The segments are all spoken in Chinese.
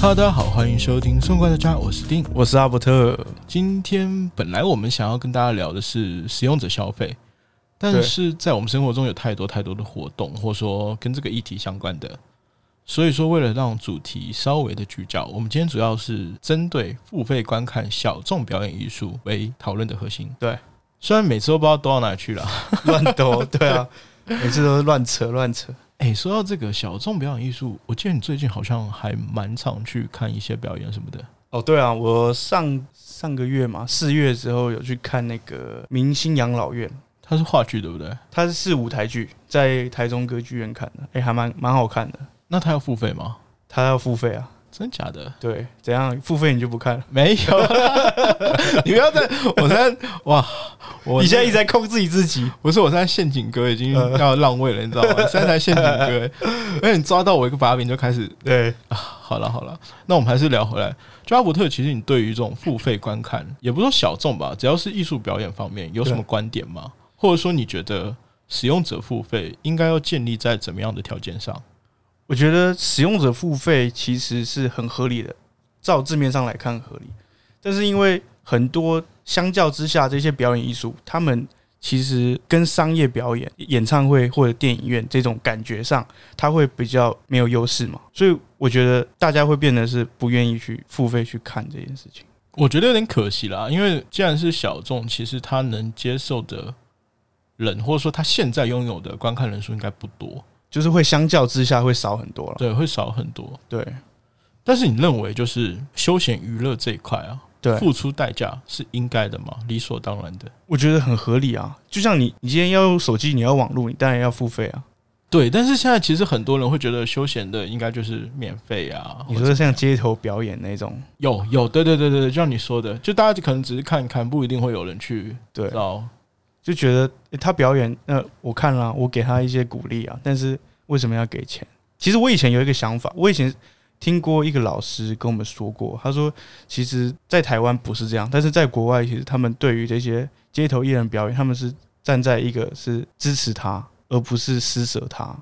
Hello，大家好，欢迎收听《送怪的家》，我是丁。我是阿伯特。今天本来我们想要跟大家聊的是使用者消费，但对是在我们生活中有太多太多的活动，或说跟这个议题相关的，所以说为了让主题稍微的聚焦，我们今天主要是针对付费观看小众表演艺术为讨论的核心。对，虽然每次都不知道都到哪里去了。 乱抖，对啊，每次都是乱扯乱扯。哎、说到这个小众表演艺术，我记得你最近好像还蛮常去看一些表演什么的。哦，对啊，我上上个月嘛，四月之后有去看那个明星养老院，它是话剧对不对？它是舞台剧，在台中歌剧院看的，哎、还蛮蛮好看的。那它要付费吗？它要付费啊，真假的？对，怎样付费你就不看了？没有，你不要再，我在哇，我你现在一直在控制你自己，不是我现在陷阱哥已经要浪位了，你知道吗？现在才陷阱哥，而且你抓到我一个把柄就开始对，啊，好了好了，那我们还是聊回来。就阿伯特，其实你对于这种付费观看，也不说小众吧，只要是艺术表演方面，有什么观点吗？或者说你觉得使用者付费应该要建立在怎么样的条件上？我觉得使用者付费其实是很合理的，照字面上来看合理，但是因为很多相较之下，这些表演艺术，他们其实跟商业表演、演唱会或者电影院这种感觉上，它会比较没有优势嘛，所以我觉得大家会变得是不愿意去付费去看这件事情。我觉得有点可惜啦，因为既然是小众，其实他能接受的人，或者说他现在拥有的观看人数应该不多，就是会相较之下会少很多了，对，会少很多。对但是你认为就是休闲娱乐这一块啊，对，付出代价是应该的吗？理所当然的。我觉得很合理啊。就像你，你今天要用手机，你要网络，你当然要付费啊。对，但是现在其实很多人会觉得休闲的应该就是免费啊，你或者说像街头表演那种，有有，对对对对对，就像你说的，就大家可能只是看一看，不一定会有人去对知，道。就觉得、诶他表演，那、我看了、我给他一些鼓励啊，但是为什么要给钱？其实我以前有一个想法，我以前听过一个老师跟我们说过，他说，其实，在台湾不是这样，但是在国外，其实他们对于这些街头艺人表演，他们是站在一个是支持他，而不是施舍他。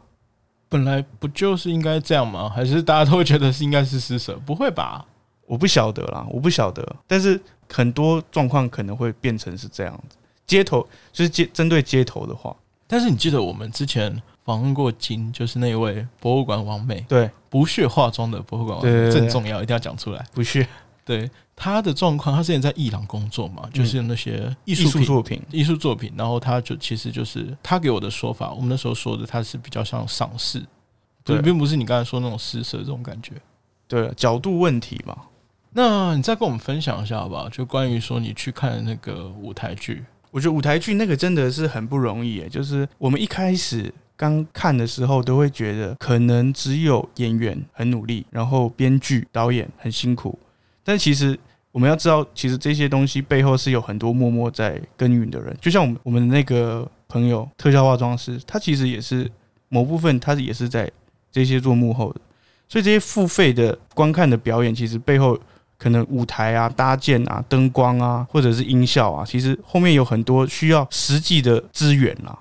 本来不就是应该这样吗？还是大家都会觉得是应该是施舍？不会吧？我不晓得啦，我不晓得，但是很多状况可能会变成是这样子。街头就是街针对街头的话，但是你记得我们之前访问过金，就是那位博物馆王美，对，不屑化妆的博物馆王对美，对对正重要，一定要讲出来。不屑对她的状况，她之前在伊朗工作嘛，就是那些艺嗯艺术术品。作品，艺术作品，然后她就其实就是她给我的说法，我们那时候说的，她是比较像赏识，对，对并不是你刚才说那种施舍这种感觉。对角度问题嘛。那你再跟我们分享一下好不好？就关于说你去看那个舞台剧，我觉得舞台剧那个真的是很不容易耶，就是我们一开始刚看的时候，都会觉得可能只有演员很努力，然后编剧、导演很辛苦，但其实。我们要知道，其实这些东西背后是有很多默默在耕耘的人。就像我们我们那个朋友特效化妆师，他其实也是某部分，他也是在这些做幕后的。所以这些付费的观看的表演，其实背后可能舞台啊、搭建啊、灯光啊，或者是音效啊，其实后面有很多需要实际的资源啊啦。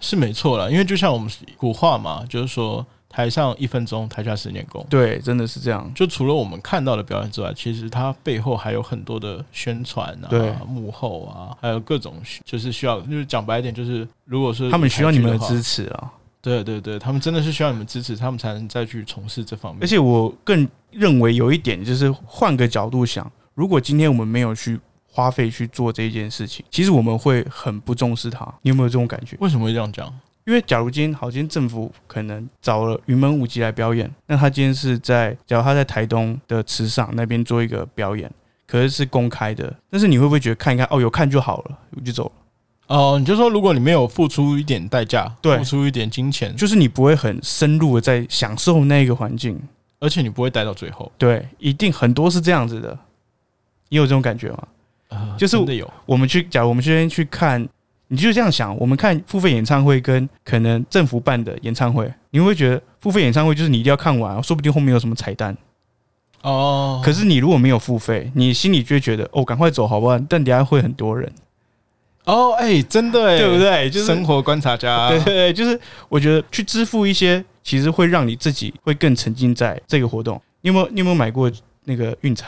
是没错啦，因为就像我们古话嘛，就是说台上一分钟，台下十年功。对，真的是这样。就除了我们看到的表演之外，其实它背后还有很多的宣传对啊、幕后啊，还有各种需就是需要，就是讲白一点，就是如果是他们需要你们的持，支持啊，对对对，他们真的是需要你们支持，他们才能再去从事这方面。而且我更认为有一点就是换个角度想，如果今天我们没有去花费去做这件事情，其实我们会很不重视它。你有没有这种感觉？为什么会这样讲？因为假如今天好，今天政府可能找了云门舞集来表演，那他今天是在，假如他在台东的池上那边做一个表演，可是是公开的，但是你会不会觉得看一看，哦，有看就好了，我就走了，哦、你就说如果你没有付出一点代价，对付出一点金钱，就是你不会很深入的在享受那个环境，而且你不会待到最后，对，一定很多是这样子的，你有这种感觉吗？啊呃就是真的有我们去，假如我们今天去看，你就这样想，我们看付费演唱会跟可能政府办的演唱会，你会觉得付费演唱会就是你一定要看完，说不定后面有什么彩蛋。哦。可是你如果没有付费，你心里就会觉得哦，赶快走好不好？但等一下会很多人，哦，哎、真的、哎，对不？对？就是生活啊观察家，对对对，就是我觉得去支付一些，其实会让你自己会更沉浸在这个活动。你有没有你有没有买过那个运彩？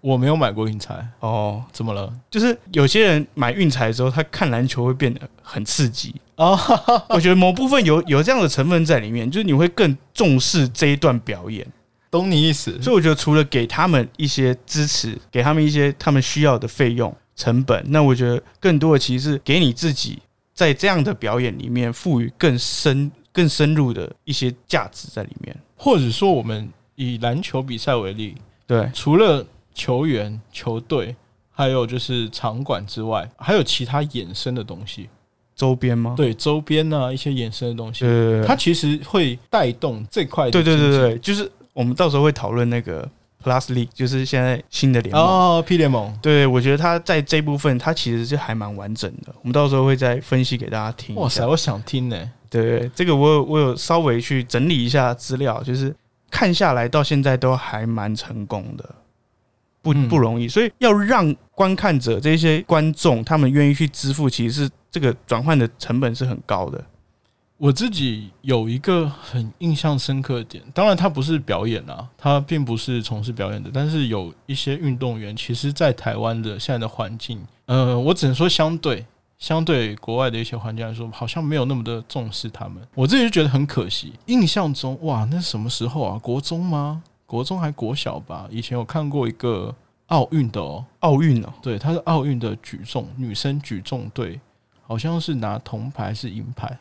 我没有买过运彩，哦，怎么了？就是有些人买运彩的时候，他看篮球会变得很刺激。哦， 我觉得某部分有有这样的成分在里面，就是你会更重视这一段表演。懂你意思，所以我觉得除了给他们一些支持，给他们一些他们需要的费用成本，那我觉得更多的其实是给你自己在这样的表演里面赋予更深、更深入的一些价值在里面。或者说我们以篮球比赛为例，对，除了球员、球队，还有就是场馆之外，还有其他衍生的东西，周边吗？对周边啊一些衍生的东西，对，它其实会带动这块的对对经对济对，就是我们到时候会讨论那个 Plus League，就是现在新的联盟。哦，P 联盟，对，我觉得他在这部分，他其实是还蛮完整的。我们到时候会再分析给大家听。哇塞，！我想听呢、对对，这个我有我有稍微去整理一下资料，就是看下来到现在都还蛮成功的，不嗯不容易。所以要让观看者这些观众他们愿意去支付，其实是这个转换的成本是很高的。我自己有一个很印象深刻的点，当然他不是表演啊，他并不是从事表演的，但是有一些运动员，其实，在台湾的现在的环境，呃，我只能说相对相对国外的一些环境来说，好像没有那么的重视他们。我自己就觉得很可惜。印象中，哇，那什么时候啊？国中吗？国中还国小吧？以前有看过一个奥运的哦，奥运哦，对，她是奥运的举重女生举重队，好像是拿铜牌还是银牌。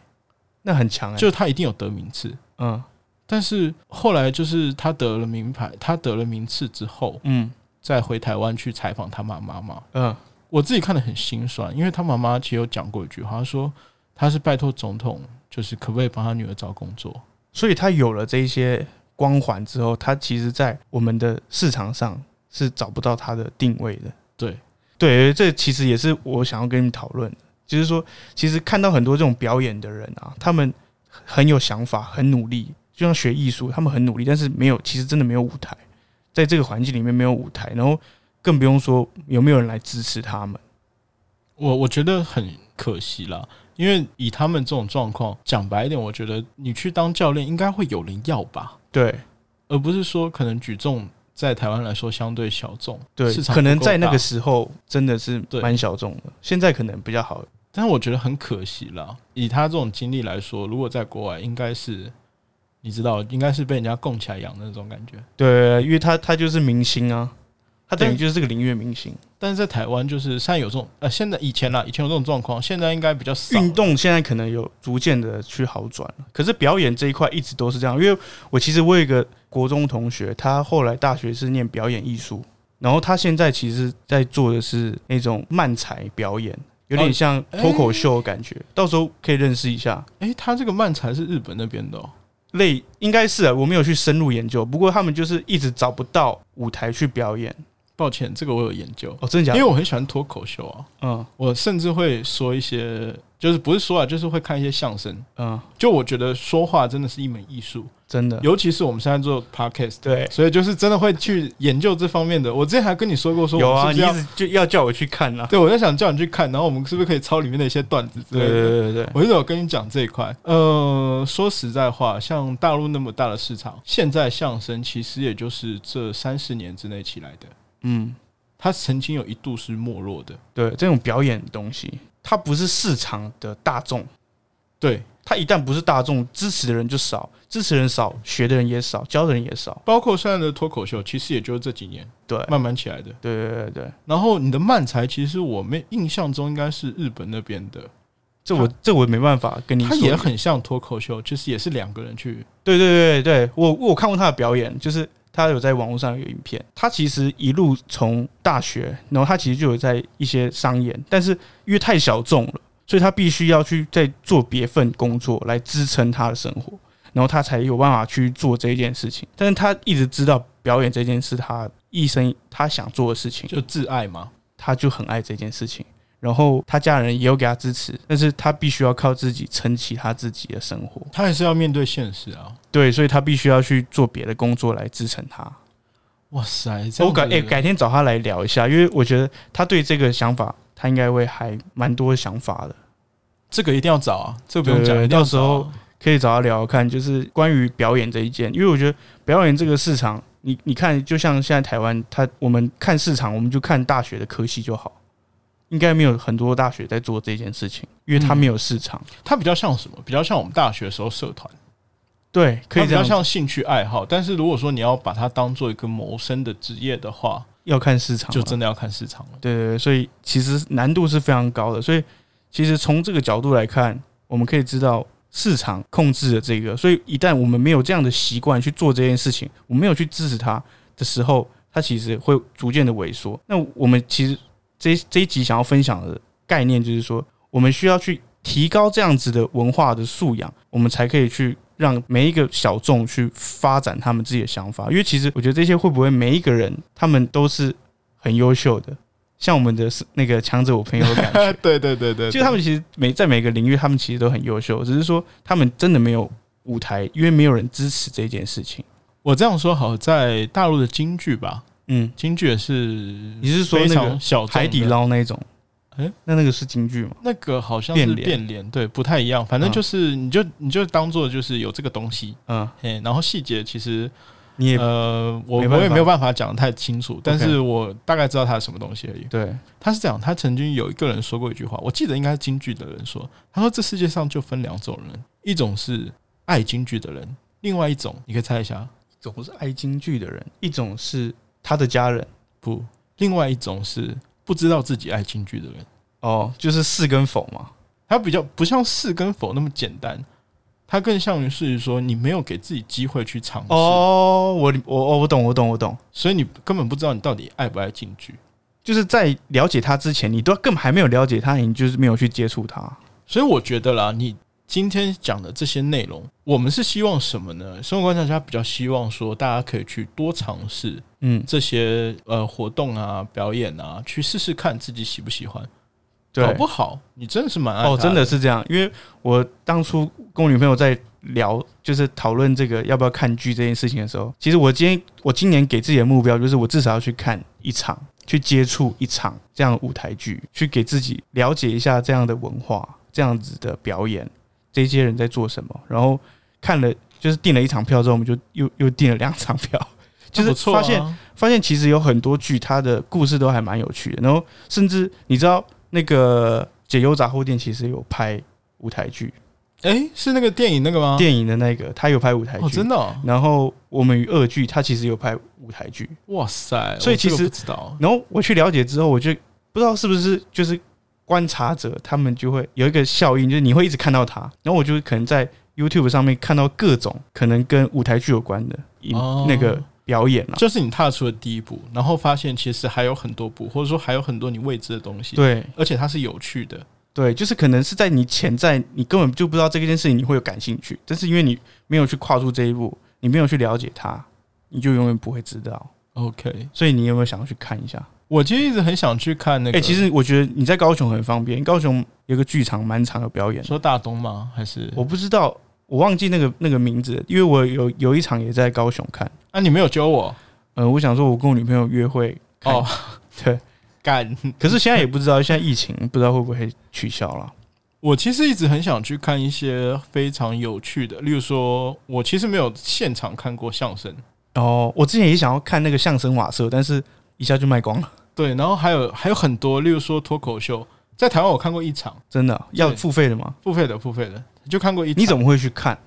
那很强哎、就他一定有得名次，嗯但是后来就是他得了名牌，他得了名次之后，嗯再回台湾去采访他妈妈嘛，嗯，我自己看得很心酸，因为他妈妈其实有讲过一句话，她说她是拜托总统，就是可不可以帮他女儿找工作，所以他有了这一些光环之后，他其实，在我们的市场上是找不到他的定位的。对对，这其实也是我想要跟你讨论的，就是说，其实看到很多这种表演的人啊，他们很有想法，很努力，就像学艺术，他们很努力，但是没有，其实真的没有舞台，在这个环境里面没有舞台，然后更不用说有没有人来支持他们。我我觉得很可惜啦。因为以他们这种状况，讲白一点，我觉得你去当教练应该会有人要吧，对而不是说可能举重在台湾来说相对小众，对市，场可能不够在那大个时候真的是对蛮小众的，现在可能比较好。但是我觉得很可惜啦。以他这种经历来说，如果在国外，应该是你知道，应该是被人家供起来养的那种感觉。对，因为他他就是明星啊，他等于但就是这个领域的明星。但是在台湾，就是现在有这种呃，现在以前啦，以前有这种状况，现在应该比较少。运动现在可能有逐渐的去好转了，可是表演这一块一直都是这样。因为我其实我有一个国中同学，他后来大学是念表演艺术，然后他现在其实在做的是那种漫才表演，有点哦像脱口秀的感觉。到时候可以认识一下，诶、他这个漫才是日本那边的、哦，类应该是啊，我没有去深入研究，不过他们就是一直找不到舞台去表演。抱歉，这个我有研究，哦，真的假因的？为我很喜欢脱口秀啊，嗯我甚至会说一些，就是不是说啊，就是会看一些相声。嗯，就我觉得说话真的是一门艺术，真的尤其是我们现在做 podcast，对。所以就是真的会去研究这方面的。我之前还跟你说 过说有我啊，们是不是你要一直就要叫我去看啊。 对，我在想叫你去看，然后我们是不是可以抄里面的一些段子之类的？对对我就有跟你讲这一块。呃，说实在话，像大陆那么大的市场，现在相声其实也就是这三十年之内起来的。嗯，它曾经有一度是没落的，对，这种表演的东西，它不是市场的大众，对，它一旦不是大众，支持的人就少，支持人少，学的人也少，教的人也少。包括现在的脱口秀，其实也就是这几年对，慢慢起来的。对对对对，然后你的漫才，其实我没印象中应该是日本那边的，这我这我没办法跟你它说。也很像脱口秀，就是也是两个人去对对对对，我我有看过他的表演，就是他有在网络上有影片，他其实一路从大学，然后他其实就有在一些商演，但是因为太小众了，所以他必须要去再做别份工作来支撑他的生活，然后他才有办法去做这件事情。但是他一直知道表演这件事，他一生他想做的事情，就自爱嘛。他就很爱这件事情。然后他家人也有给他支持，但是他必须要靠自己撑起他自己的生活。他也是要面对现实啊！对，所以他必须要去做别的工作来支撑他。哇塞，这样我改子诶、改天找他来聊一下，因为我觉得他对这个想法，他应该会还蛮多想法的，这个一定要找啊，这个不用讲，对一定要到时候找啊可以找他聊聊看，就是关于表演这一件，因为我觉得表演这个市场，你你看，就像现在台湾，它我们看市场，我们就看大学的科系就好，应该没有很多大学在做这件事情，因为它没有市场。它比较像什么？比较像我们大学的时候社团，对，可它以比这较样像兴趣爱好。但是如果说你要把它当做一个谋生的职业的话，要看市场嘛，啊就真的要看市场 了。对对对，所以其实难度是非常高的。所以其实从这个角度来看，我们可以知道市场控制了这个。所以一旦我们没有这样的习惯去做这件事情，我们没有去支持它的时候，它其实会逐渐的萎缩。那我们其实这这一集想要分享的概念就是说，我们需要去提高这样子的文化的素养，我们才可以去。让每一个小众去发展他们自己的想法，因为其实我觉得这些会不会每一个人他们都是很优秀的，像我们的是那个强者我 朋友的感觉，对对对对，就他们其实每在每个领域，他们其实都很优秀，只是说他们真的没有舞台，因为没有人支持这件事情。我这样说好，在大陆的京剧吧，嗯，京剧也是你是说非那个常小众的哦海底捞那一种？诶那那个是京剧吗？那个好像是变脸变脸，对，不太一样。反正就是你就你就当做就是有这个东西，嗯，嘿，然后细节其实你也、呃，我没办法我也没有办法讲得太清楚，但是我大概知道它是什么东西而已。对，他是这样，他曾经有一个人说过一句话，我记得应该是京剧的人说，他说这世界上就分两种人，一种是爱京剧的人，另外一种你可以猜一下，一种是爱京剧的人，一种是他的家人。不，另外一种是不知道自己爱京剧的人。哦，就是是跟否嘛。它比较不像是跟否那么简单，它更像于是说你没有给自己机会去尝试，哦，我我哦，我懂，我懂，我懂。所以你根本不知道你到底爱不爱京剧。就是在了解他之前，你都根本还没有了解他，你就是没有去接触他。所以我觉得啦，你今天讲的这些内容，我们是希望什么呢？生活观察家比较希望说，大家可以去多尝试嗯，这些呃活动啊、表演啊，去试试看自己喜不喜欢。对。搞不好你真的是蛮爱哦，它真的是这样，因为我当初跟我女朋友在聊，就是讨论这个要不要看剧这件事情的时候，其实我今天我今年给自己的目标就是，我至少要去看一场，去接触一场这样的舞台剧，去给自己了解一下这样的文化，这样子的表演，这些人在做什么，然后看了就是订了一场票之后，我们就又又订了两场票， 那就是不错、啊，发现发现其实有很多剧，它的故事都还蛮有趣的。然后甚至你知道那个《解忧杂货店》其实有拍舞台剧，哎、是那个电影那个吗？电影的那个它有拍舞台剧，啊哦，真的。的哦、然后《我们与恶剧》它其实有拍舞台剧。哇塞！所以我这个其实不知道，然后我去了解之后，我就不知道是不是就是观察者他们就会有一个效应，就是你会一直看到它。然后我就可能在 YouTube 上面看到各种可能跟舞台剧有关的影、哦那个表演啊。就是你踏出了第一步，然后发现其实还有很多步，或者说还有很多你未知的东西。，对，而且它是有趣的。对，就是可能是在你潜在，你根本就不知道这件事情你会有感兴趣，但是因为你没有去跨出这一步，你没有去了解它，你就永远不会知道。 OK，所以你有没有想要去看一下？我其实一直很想去看那哎、个。其实我觉得你在高雄很方便，高雄有个剧场蛮常有表演的，说大东吗？还是我不知道，我忘记那个那个名字了，因为我有有一场也在高雄看。啊？你没有揪我呃，我想说，我跟我女朋友约会看，哦， 对， 干！可是现在也不知道，现在疫情不知道会不会取消了。我其实一直很想去看一些非常有趣的，例如说，我其实没有现场看过相声，哦，我之前也想要看那个相声瓦舍，但是一下就卖光了，对，然后还有还有很多，例如说脱口秀，在台湾我看过一场，真的要对付费的吗？付费的付费的，就看过一场。你怎么会去看？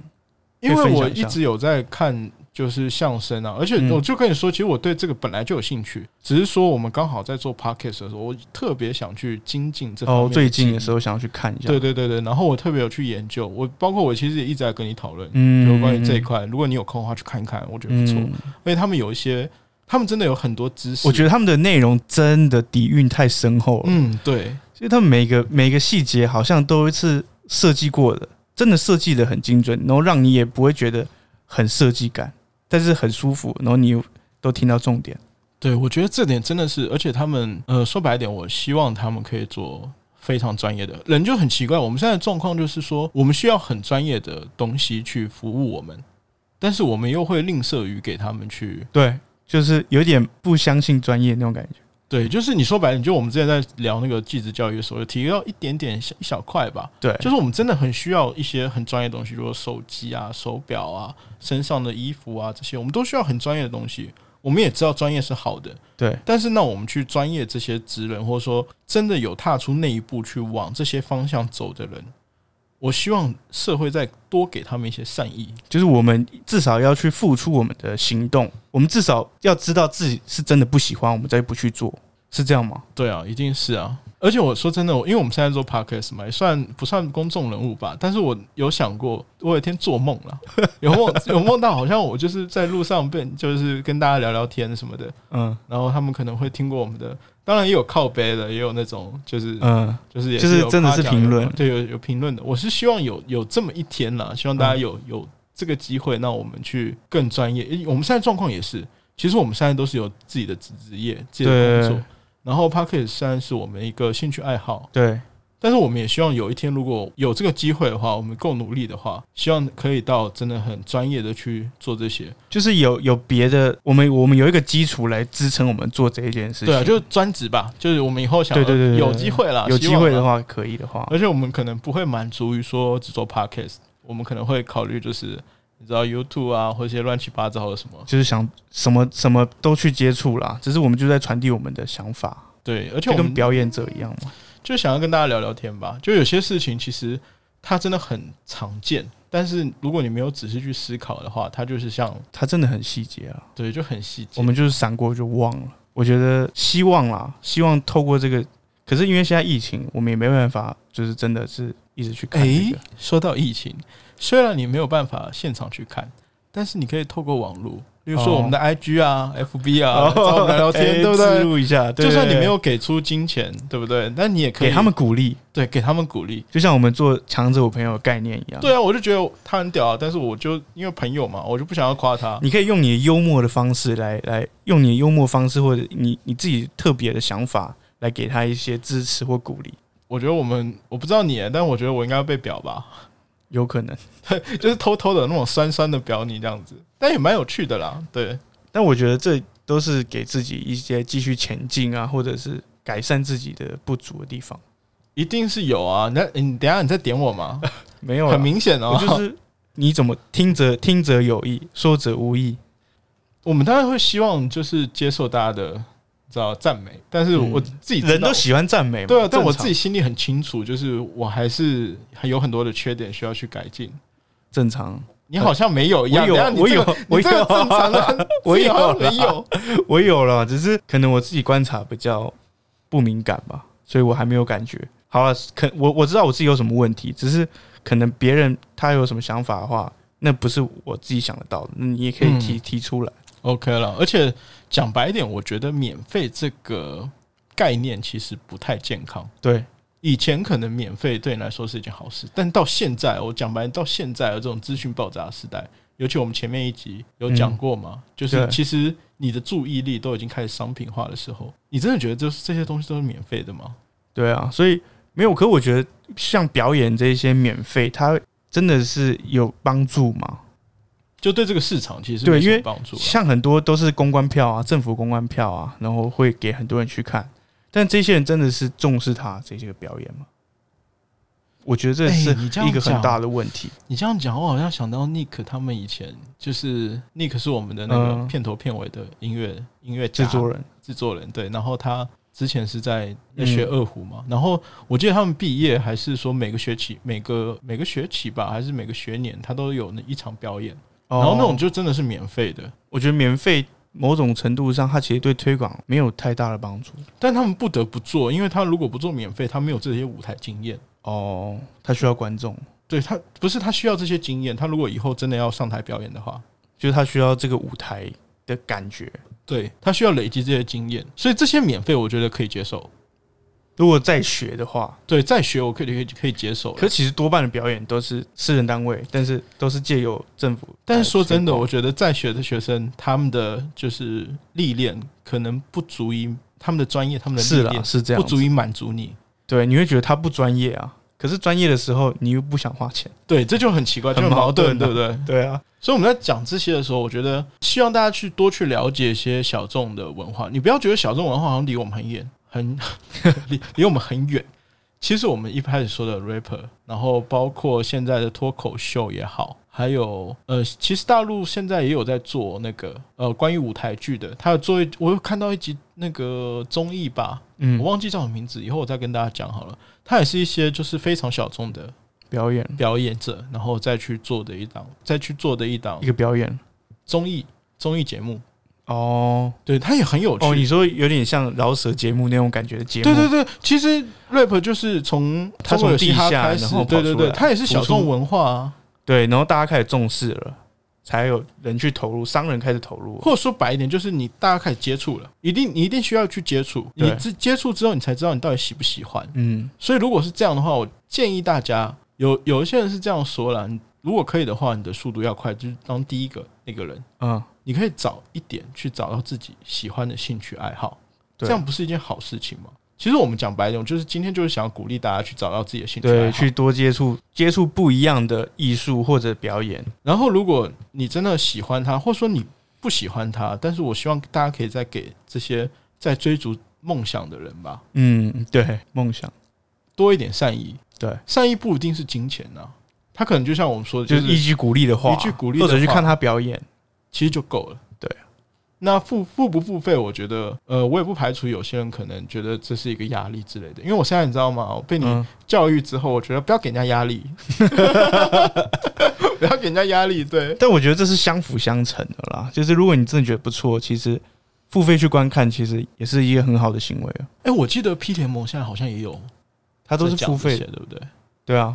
因为可以分我享一一下直有在看就是相声啊，而且嗯我就跟你说，其实我对这个本来就有兴趣，只是说我们刚好在做 podcast 的时候，我特别想去精进这方面。哦，最近的时候，候想要去看一下。对，对对对，然后我特别有去研究，我包括我其实也一直在跟你讨论，嗯就关于这一块，如果你有空的话去看一看，我觉得不错，嗯因为他们有一些，他们真的有很多知识，我觉得，得他们的内容真的底蕴太深厚了，嗯，对，所以他们每个每个细节好像都是设计过的，真的设计的很精准，然后让你也不会觉得很设计感，但是很舒服，然后你又都听到重点。对，我觉得这点真的是，而且他们呃，说白一点，我希望他们可以做非常专业的。人就很奇怪，我们现在的状况就是说，我们需要很专业的东西去服务我们，但是我们又会吝啬于给他们去。对，就是有点不相信专业那种感觉。对，就是你说白了，你就我们之前在聊那个继职教育的时候，有提到一点点小一小块吧，对，就是我们真的很需要一些很专业的东西，比如说手机啊、手表啊、身上的衣服啊这些，我们都需要很专业的东西。我们也知道专业是好的，对，但是那我们去专业这些职人，或者说真的有踏出那一步去往这些方向走的人，我希望社会再多给他们一些善意。就是我们至少要去付出我们的行动，我们至少要知道自己是真的不喜欢，我们再不去做，是这样吗？对啊，一定是啊。而且我说真的，我因为我们现在做 podcast 嘛，也算不算公众人物吧？但是我有想过，我有一天做梦了，有梦有梦到好像我就是在路上被就是跟大家聊聊天什么的，嗯然后他们可能会听过我们的，当然也有靠背的，也有那种就是嗯，就是也就是有真的是夸奖评有论对，有有评论的。我是希望有有这么一天啦，希望大家嗯有、有这个机会，那我们去更专业。诶我们现在状况也是，其实我们现在都是有自己的职职业、自己的工对作，然后 p a c k e t 虽然是我们一个兴趣爱好，对，但是我们也希望有一天，如果有这个机会的话，我们够努力的话，希望可以到真的很专业的去做这些。就是有有别的，我们我们有一个基础来支撑我们做这一件事情。对啊，就是专职吧，就是我们以后想对对对对对有机会啦，有机会的话。话，可以的话，而且我们可能不会满足于说只做 podcast，我们可能会考虑就是你知道 YouTube 啊，或者一些乱七八糟的什么。就是想什么什么都去接触啦，只是我们就在传递我们的想法，对，而且就我跟们表演者一样嘛。就想要跟大家聊聊天吧。就有些事情其实它真的很常见，但是如果你没有仔细去思考的话，它就是像它真的很细节啊。对就很细节。我们就是闪过就忘了。我觉得希望啦，希望透过这个，可是因为现在疫情，我们也没办法，就是真的是一直去看诶，这个。说到疫情，虽然你没有办法现场去看，但是你可以透过网络，例如说哦我们的 IG 啊、FB 啊，找我们聊聊 天，对不哎记对？录一下，对就算你没对有给出金钱，对不对？但你也可以给他们鼓励，对给他们鼓励，就像我们做强者我朋友的概念一样。对，啊，我就觉得他很屌啊，但是我就因为朋友嘛，我就不想要夸他。你可以用你的幽默的方式来来用你的幽默方式或者你你自己特别的想法来给他一些支持或鼓励，我觉得我们，我不知道你，但我觉得我应该会被表 吧，有可能。就是偷偷的那种酸酸的表你这样子，但也蛮有趣的啦。对，但我觉得这都是给自己一些继续前进啊，或者是改善自己的不足的地方。一定是有啊。那你等一下你再点我 嘛，没有啦，很明显哦我。就是你怎么听者听者有意，说者无意。 我们当然会希望就是接受大家的，你知道赞美，但是我嗯自己知道人都喜欢赞美嘛，对啊，但正我常自己心里很清楚，就是我还是还有很多的缺点需要去改进。正常，你好像没有一样，我有等一下你我这个有我你这有个正常 的，我自己好像有啦没有。我有了，只是可能我自己观察比较不敏感吧，所以我还没有感觉。好了，可我我知道我自己有什么问题，只是可能别人他有什么想法的话，那不是我自己想得到的，那你也可以提、提出来。 OK 了，而且讲白一点，我觉得免费这个概念其实不太健康。对，以前可能免费对你来说是一件好事，但到现在，我讲白，到现在的这种资讯爆炸的时代，尤其我们前面一集有讲过嘛，就是对其实你的注意力都已经开始商品化的时候，你真的觉得就是这些东西都是免费的吗？对啊，所以没有。可我觉得像表演这些免费，它真的是有帮助吗？就对这个市场其实对没什么因为帮助啊、像很多都是公关票啊，政府公关票啊，然后会给很多人去看，但这些人真的是重视他这些个表演吗？我觉得这是哎你这样一个很讲大的问题。你这样讲，我好像想到 Nick 他们以前就是 Nick 是我们的那个嗯片头片尾的音乐音乐家制作人制作人，对，然后他之前是在在学二胡嘛，嗯然后我记得他们毕业还是说每个学期每个每个学期吧，还是每个学年他都有那一场表演，然后那种哦就真的是免费的，我觉得免费某种程度上，它其实对推广没有太大的帮助。但他们不得不做，因为他如果不做免费，他没有这些舞台经验。哦，他需要观众，对他不是他需要这些经验，他如果以后真的要上台表演的话，就是他需要这个舞台的感觉。对他需要累积这些经验，所以这些免费我觉得可以接受。如果再学的话，对，再学我可以可以可以接受啦。可其实多半的表演都是私人单位，但是都是借由政府来推广。但是说真的，我觉得在学的学生，他们的就是历练可能不足以他们的专业，他们的历是啦，练是这样不子，足以满足你。对，你会觉得他不专业啊。可是专业的时候，你又不想花钱。对，这就很奇怪，就很很矛盾，矛对盾不对？对啊，所以我们在讲这些的时候，我觉得希望大家去多去了解一些小 众的文化。你不要觉得小众文化好像离我们很远，很离离我们很远。其实我们一开始说的 rapper，然后包括现在的脱口秀也好，还有呃，其实大陆现在也有在做那个呃关于舞台剧的，他有做一，我有看到一集那个综艺吧，嗯我，忘记叫什么名字，以后我再跟大家讲好了。它也是一些就是非常小众的表演表演者，然后再去做的一档，再去做的一档一个表演综艺综艺节目，哦对，它也很有趣。哦，你说有点像饶舌节目那种感觉的节目，对对对，其实 rap 就是从它中国有从嘻哈地下开始然后，跑对对出来对，它也是小浮众出文化啊。对，然后大家开始重视了，才有人去投入，商人开始投入了，或者说白一点，就是你大家开始接触了，一定你一定需要去接触，对你自接触之后，你才知道你到底喜不喜欢。嗯，所以如果是这样的话，我建议大家有有一些人是这样说啦，你如果可以的话，你的速度要快，就是当第一个那个人，嗯，你可以早一点去找到自己喜欢的兴趣爱好，对这样不是一件好事情吗？其实我们讲白一点，我就是今天就是想要鼓励大家去找到自己的兴趣爱对，好。去多接触接触不一样的艺术或者表演，然后，如果你真的喜欢他，或者说你不喜欢他，但是我希望大家可以再给这些在追逐梦想的人吧，嗯，对，梦想，多一点善意。对，善意不一定是金钱呐、他可能就像我们说的，就就是一是句鼓励的话，一句鼓励的或者去话看他表演，其实就够了。对，那付付不付费，我觉得，呃，我也不排除有些人可能觉得这是一个压力之类的。因为我现在你知道吗？我被你嗯，教育之后，我觉得不要给人家压 力，不要给人家压力。对，但我觉得这是相辅相成的啦，就是如果你真的觉得不错，其实付费去观看，其实也是一个很好的行为啊，哎、我记得 P 联盟现在好像也有，他它都是付费的，对不对？对啊，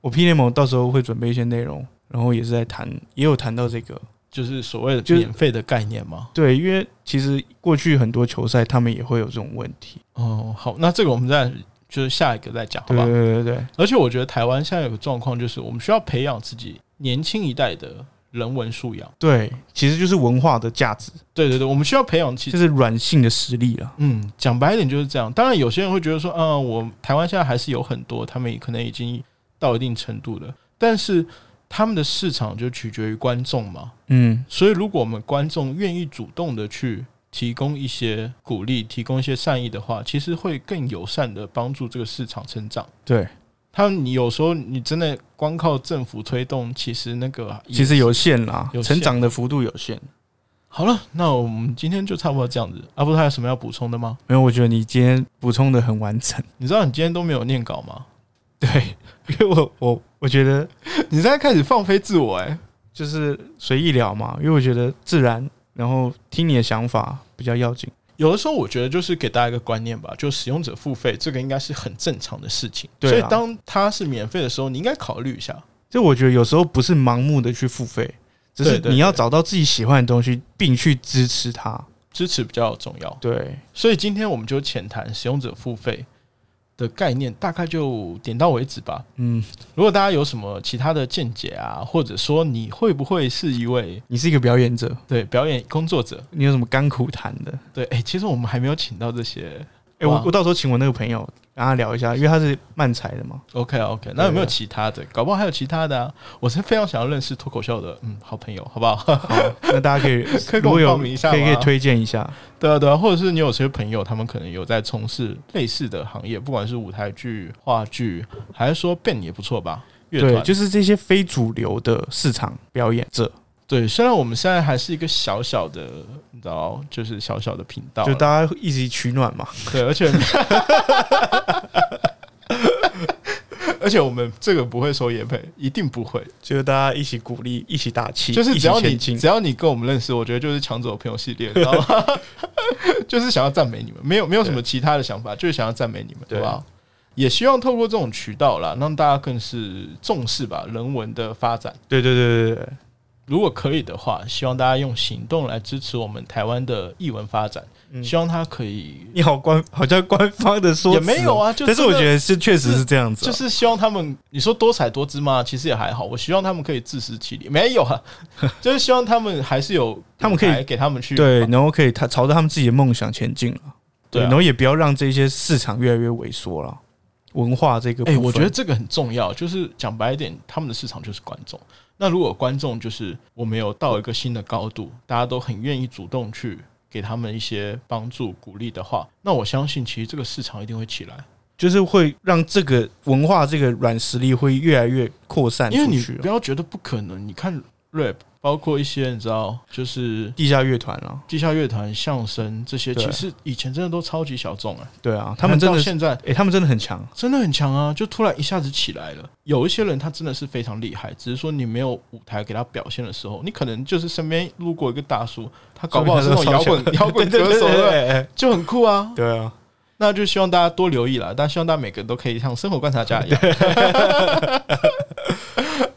我 P 联盟到时候会准备一些内容，然后也是在谈，也有谈到这个，就是所谓就的免费的概念吗？对，因为其实过去很多球赛他们也会有这种问题，哦，好，那这个我们再就是下一个再讲，好对吧对？对对对，而且我觉得台湾现在有个状况，就是我们需要培养自己年轻一代的人文素养。对，其实就是文化的价值，对对对，我们需要培养其就实。是软性的实力了，嗯，讲白一点就是这样。当然，有些人会觉得说，啊，我台湾现在还是有很多，他们也可能已经到一定程度了，但是他们的市场就取决于观众嘛。嗯，所以，如果我们观众愿意主动的去提供一些鼓励，提供一些善意的话，其实会更友善的帮助这个市场成长。对，他你有时候你真的光靠政府推动，其实那个也其实有限啦，有限成长的幅度有限。好了。那我们今天就差不多这样子。阿布，还有什么要补充的吗？没有，我觉得你今天补充的很完整， 你知道你今天都没有念稿吗？对，因为我我我觉得你现在开始放飞自我、欸，就是随意聊嘛，因为我觉得自然，然后听你的想法比较要紧，有的时候我觉得就是给大家一个观念吧，就使用者付费这个应该是很正常的事情。对啊所以当它是免费的时候，你应该考虑一下。就我觉得有时候不是盲目的去付费，只是对对你要对找到自己喜欢的东西，并去支持它，支持比较重要，对。所以今天我们就浅谈使用者付费的概念，大概就点到为止吧。嗯，如果大家有什么其他的见解啊，或者说你会不会是一位你是一个表演者，对表演工作者？你有什么甘苦谈的？对，诶，其实我们还没有请到这些。哎、我哇我到时候请我那个朋友跟他聊一下，因为他是漫才的 嘛。 OK OK，那有没有其他的？搞不好还有其他的啊！我是非常想要认识脱口秀的嗯好朋友，好不好？好，那大家可以可以跟如我果有报名一下可以可以吗推荐一下。对啊对啊，或者是你有些朋友，他们可能有在从事类似的行业，不管是舞台剧、话剧，还是说 band 也不错吧，乐对，团。就是这些非主流的市场表演者，对，虽然我们现在还是一个小小的，你知道，就是小小的频道啦，就大家一起取暖嘛。对，而且， 而且我们这个不会收业配，一定不会。就大家一起鼓励，一起打气，就是只要一你起前只进要你跟我们认识，我觉得就是抢走朋友系列，你知道吗？ 就是想要赞美你们，没有没有什么其他的想法，就是想要赞美你们，对对吧？也希望透过这种渠道啦，让大家更是重视吧人文的发展。对对对对对，如果可以的话，希望大家用行动来支持我们台湾的译文发展，嗯希望它可以你好官，好像官方的说也辞没有哦，啊，就但是我真的觉得是确实是这样子啊、就是希望他们，你说多彩多姿嘛，其实也还好。我希望他们可以自食其力，没有啊， 就是希望他们还是有，他们可以给他们去对，然后可以他朝着他们自己的梦想前进了。对啊然后也不要让这些市场越来越萎缩了。文化这个部哎、分，我觉得这个很重要，就是讲白一点，他们的市场就是观众。那如果观众就是我们有到一个新的高度，大家都很愿意主动去给他们一些帮助、鼓励的话，那我相信其实这个市场一定会起来。就是会让这个文化这个软实力会越来越扩散因为出你去哦、不要觉得不可能，你看 rap，包括一些你知道，就是地下乐团啊，地下乐团、相声这些，对其实以前真的都超级小众啊，对啊，他们真到的是，现在哎、他们真的很强，真的很强啊，就突然一下子起来了。有一些人他真的是非常厉害，只是说你没有舞台给他表现的时候，你可能就是身边路过一个大叔，他搞不好是那种摇滚摇滚歌手， 啊对对对对对就很酷啊。对啊，那就希望大家多留意啦，但希望大家每个人都可以像生活观察家一样。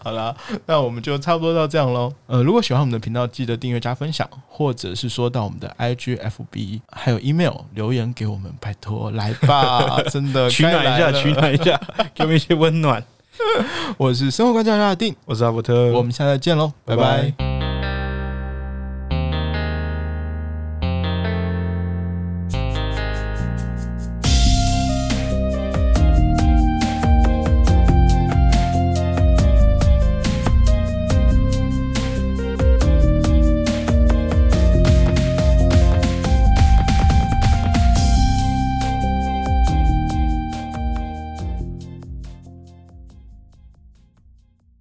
好啦，那我们就差不多到这样喽。呃，如果喜欢我们的频道，记得订阅加分享，或者是说到我们的 IG、FB 还有 email 留言给我们，拜托来 吧，真的取该暖来 一下，了取暖一下， 给我们一些温暖。我是生活观察家的定，我是阿伯特，我们下次见喽，拜拜拜拜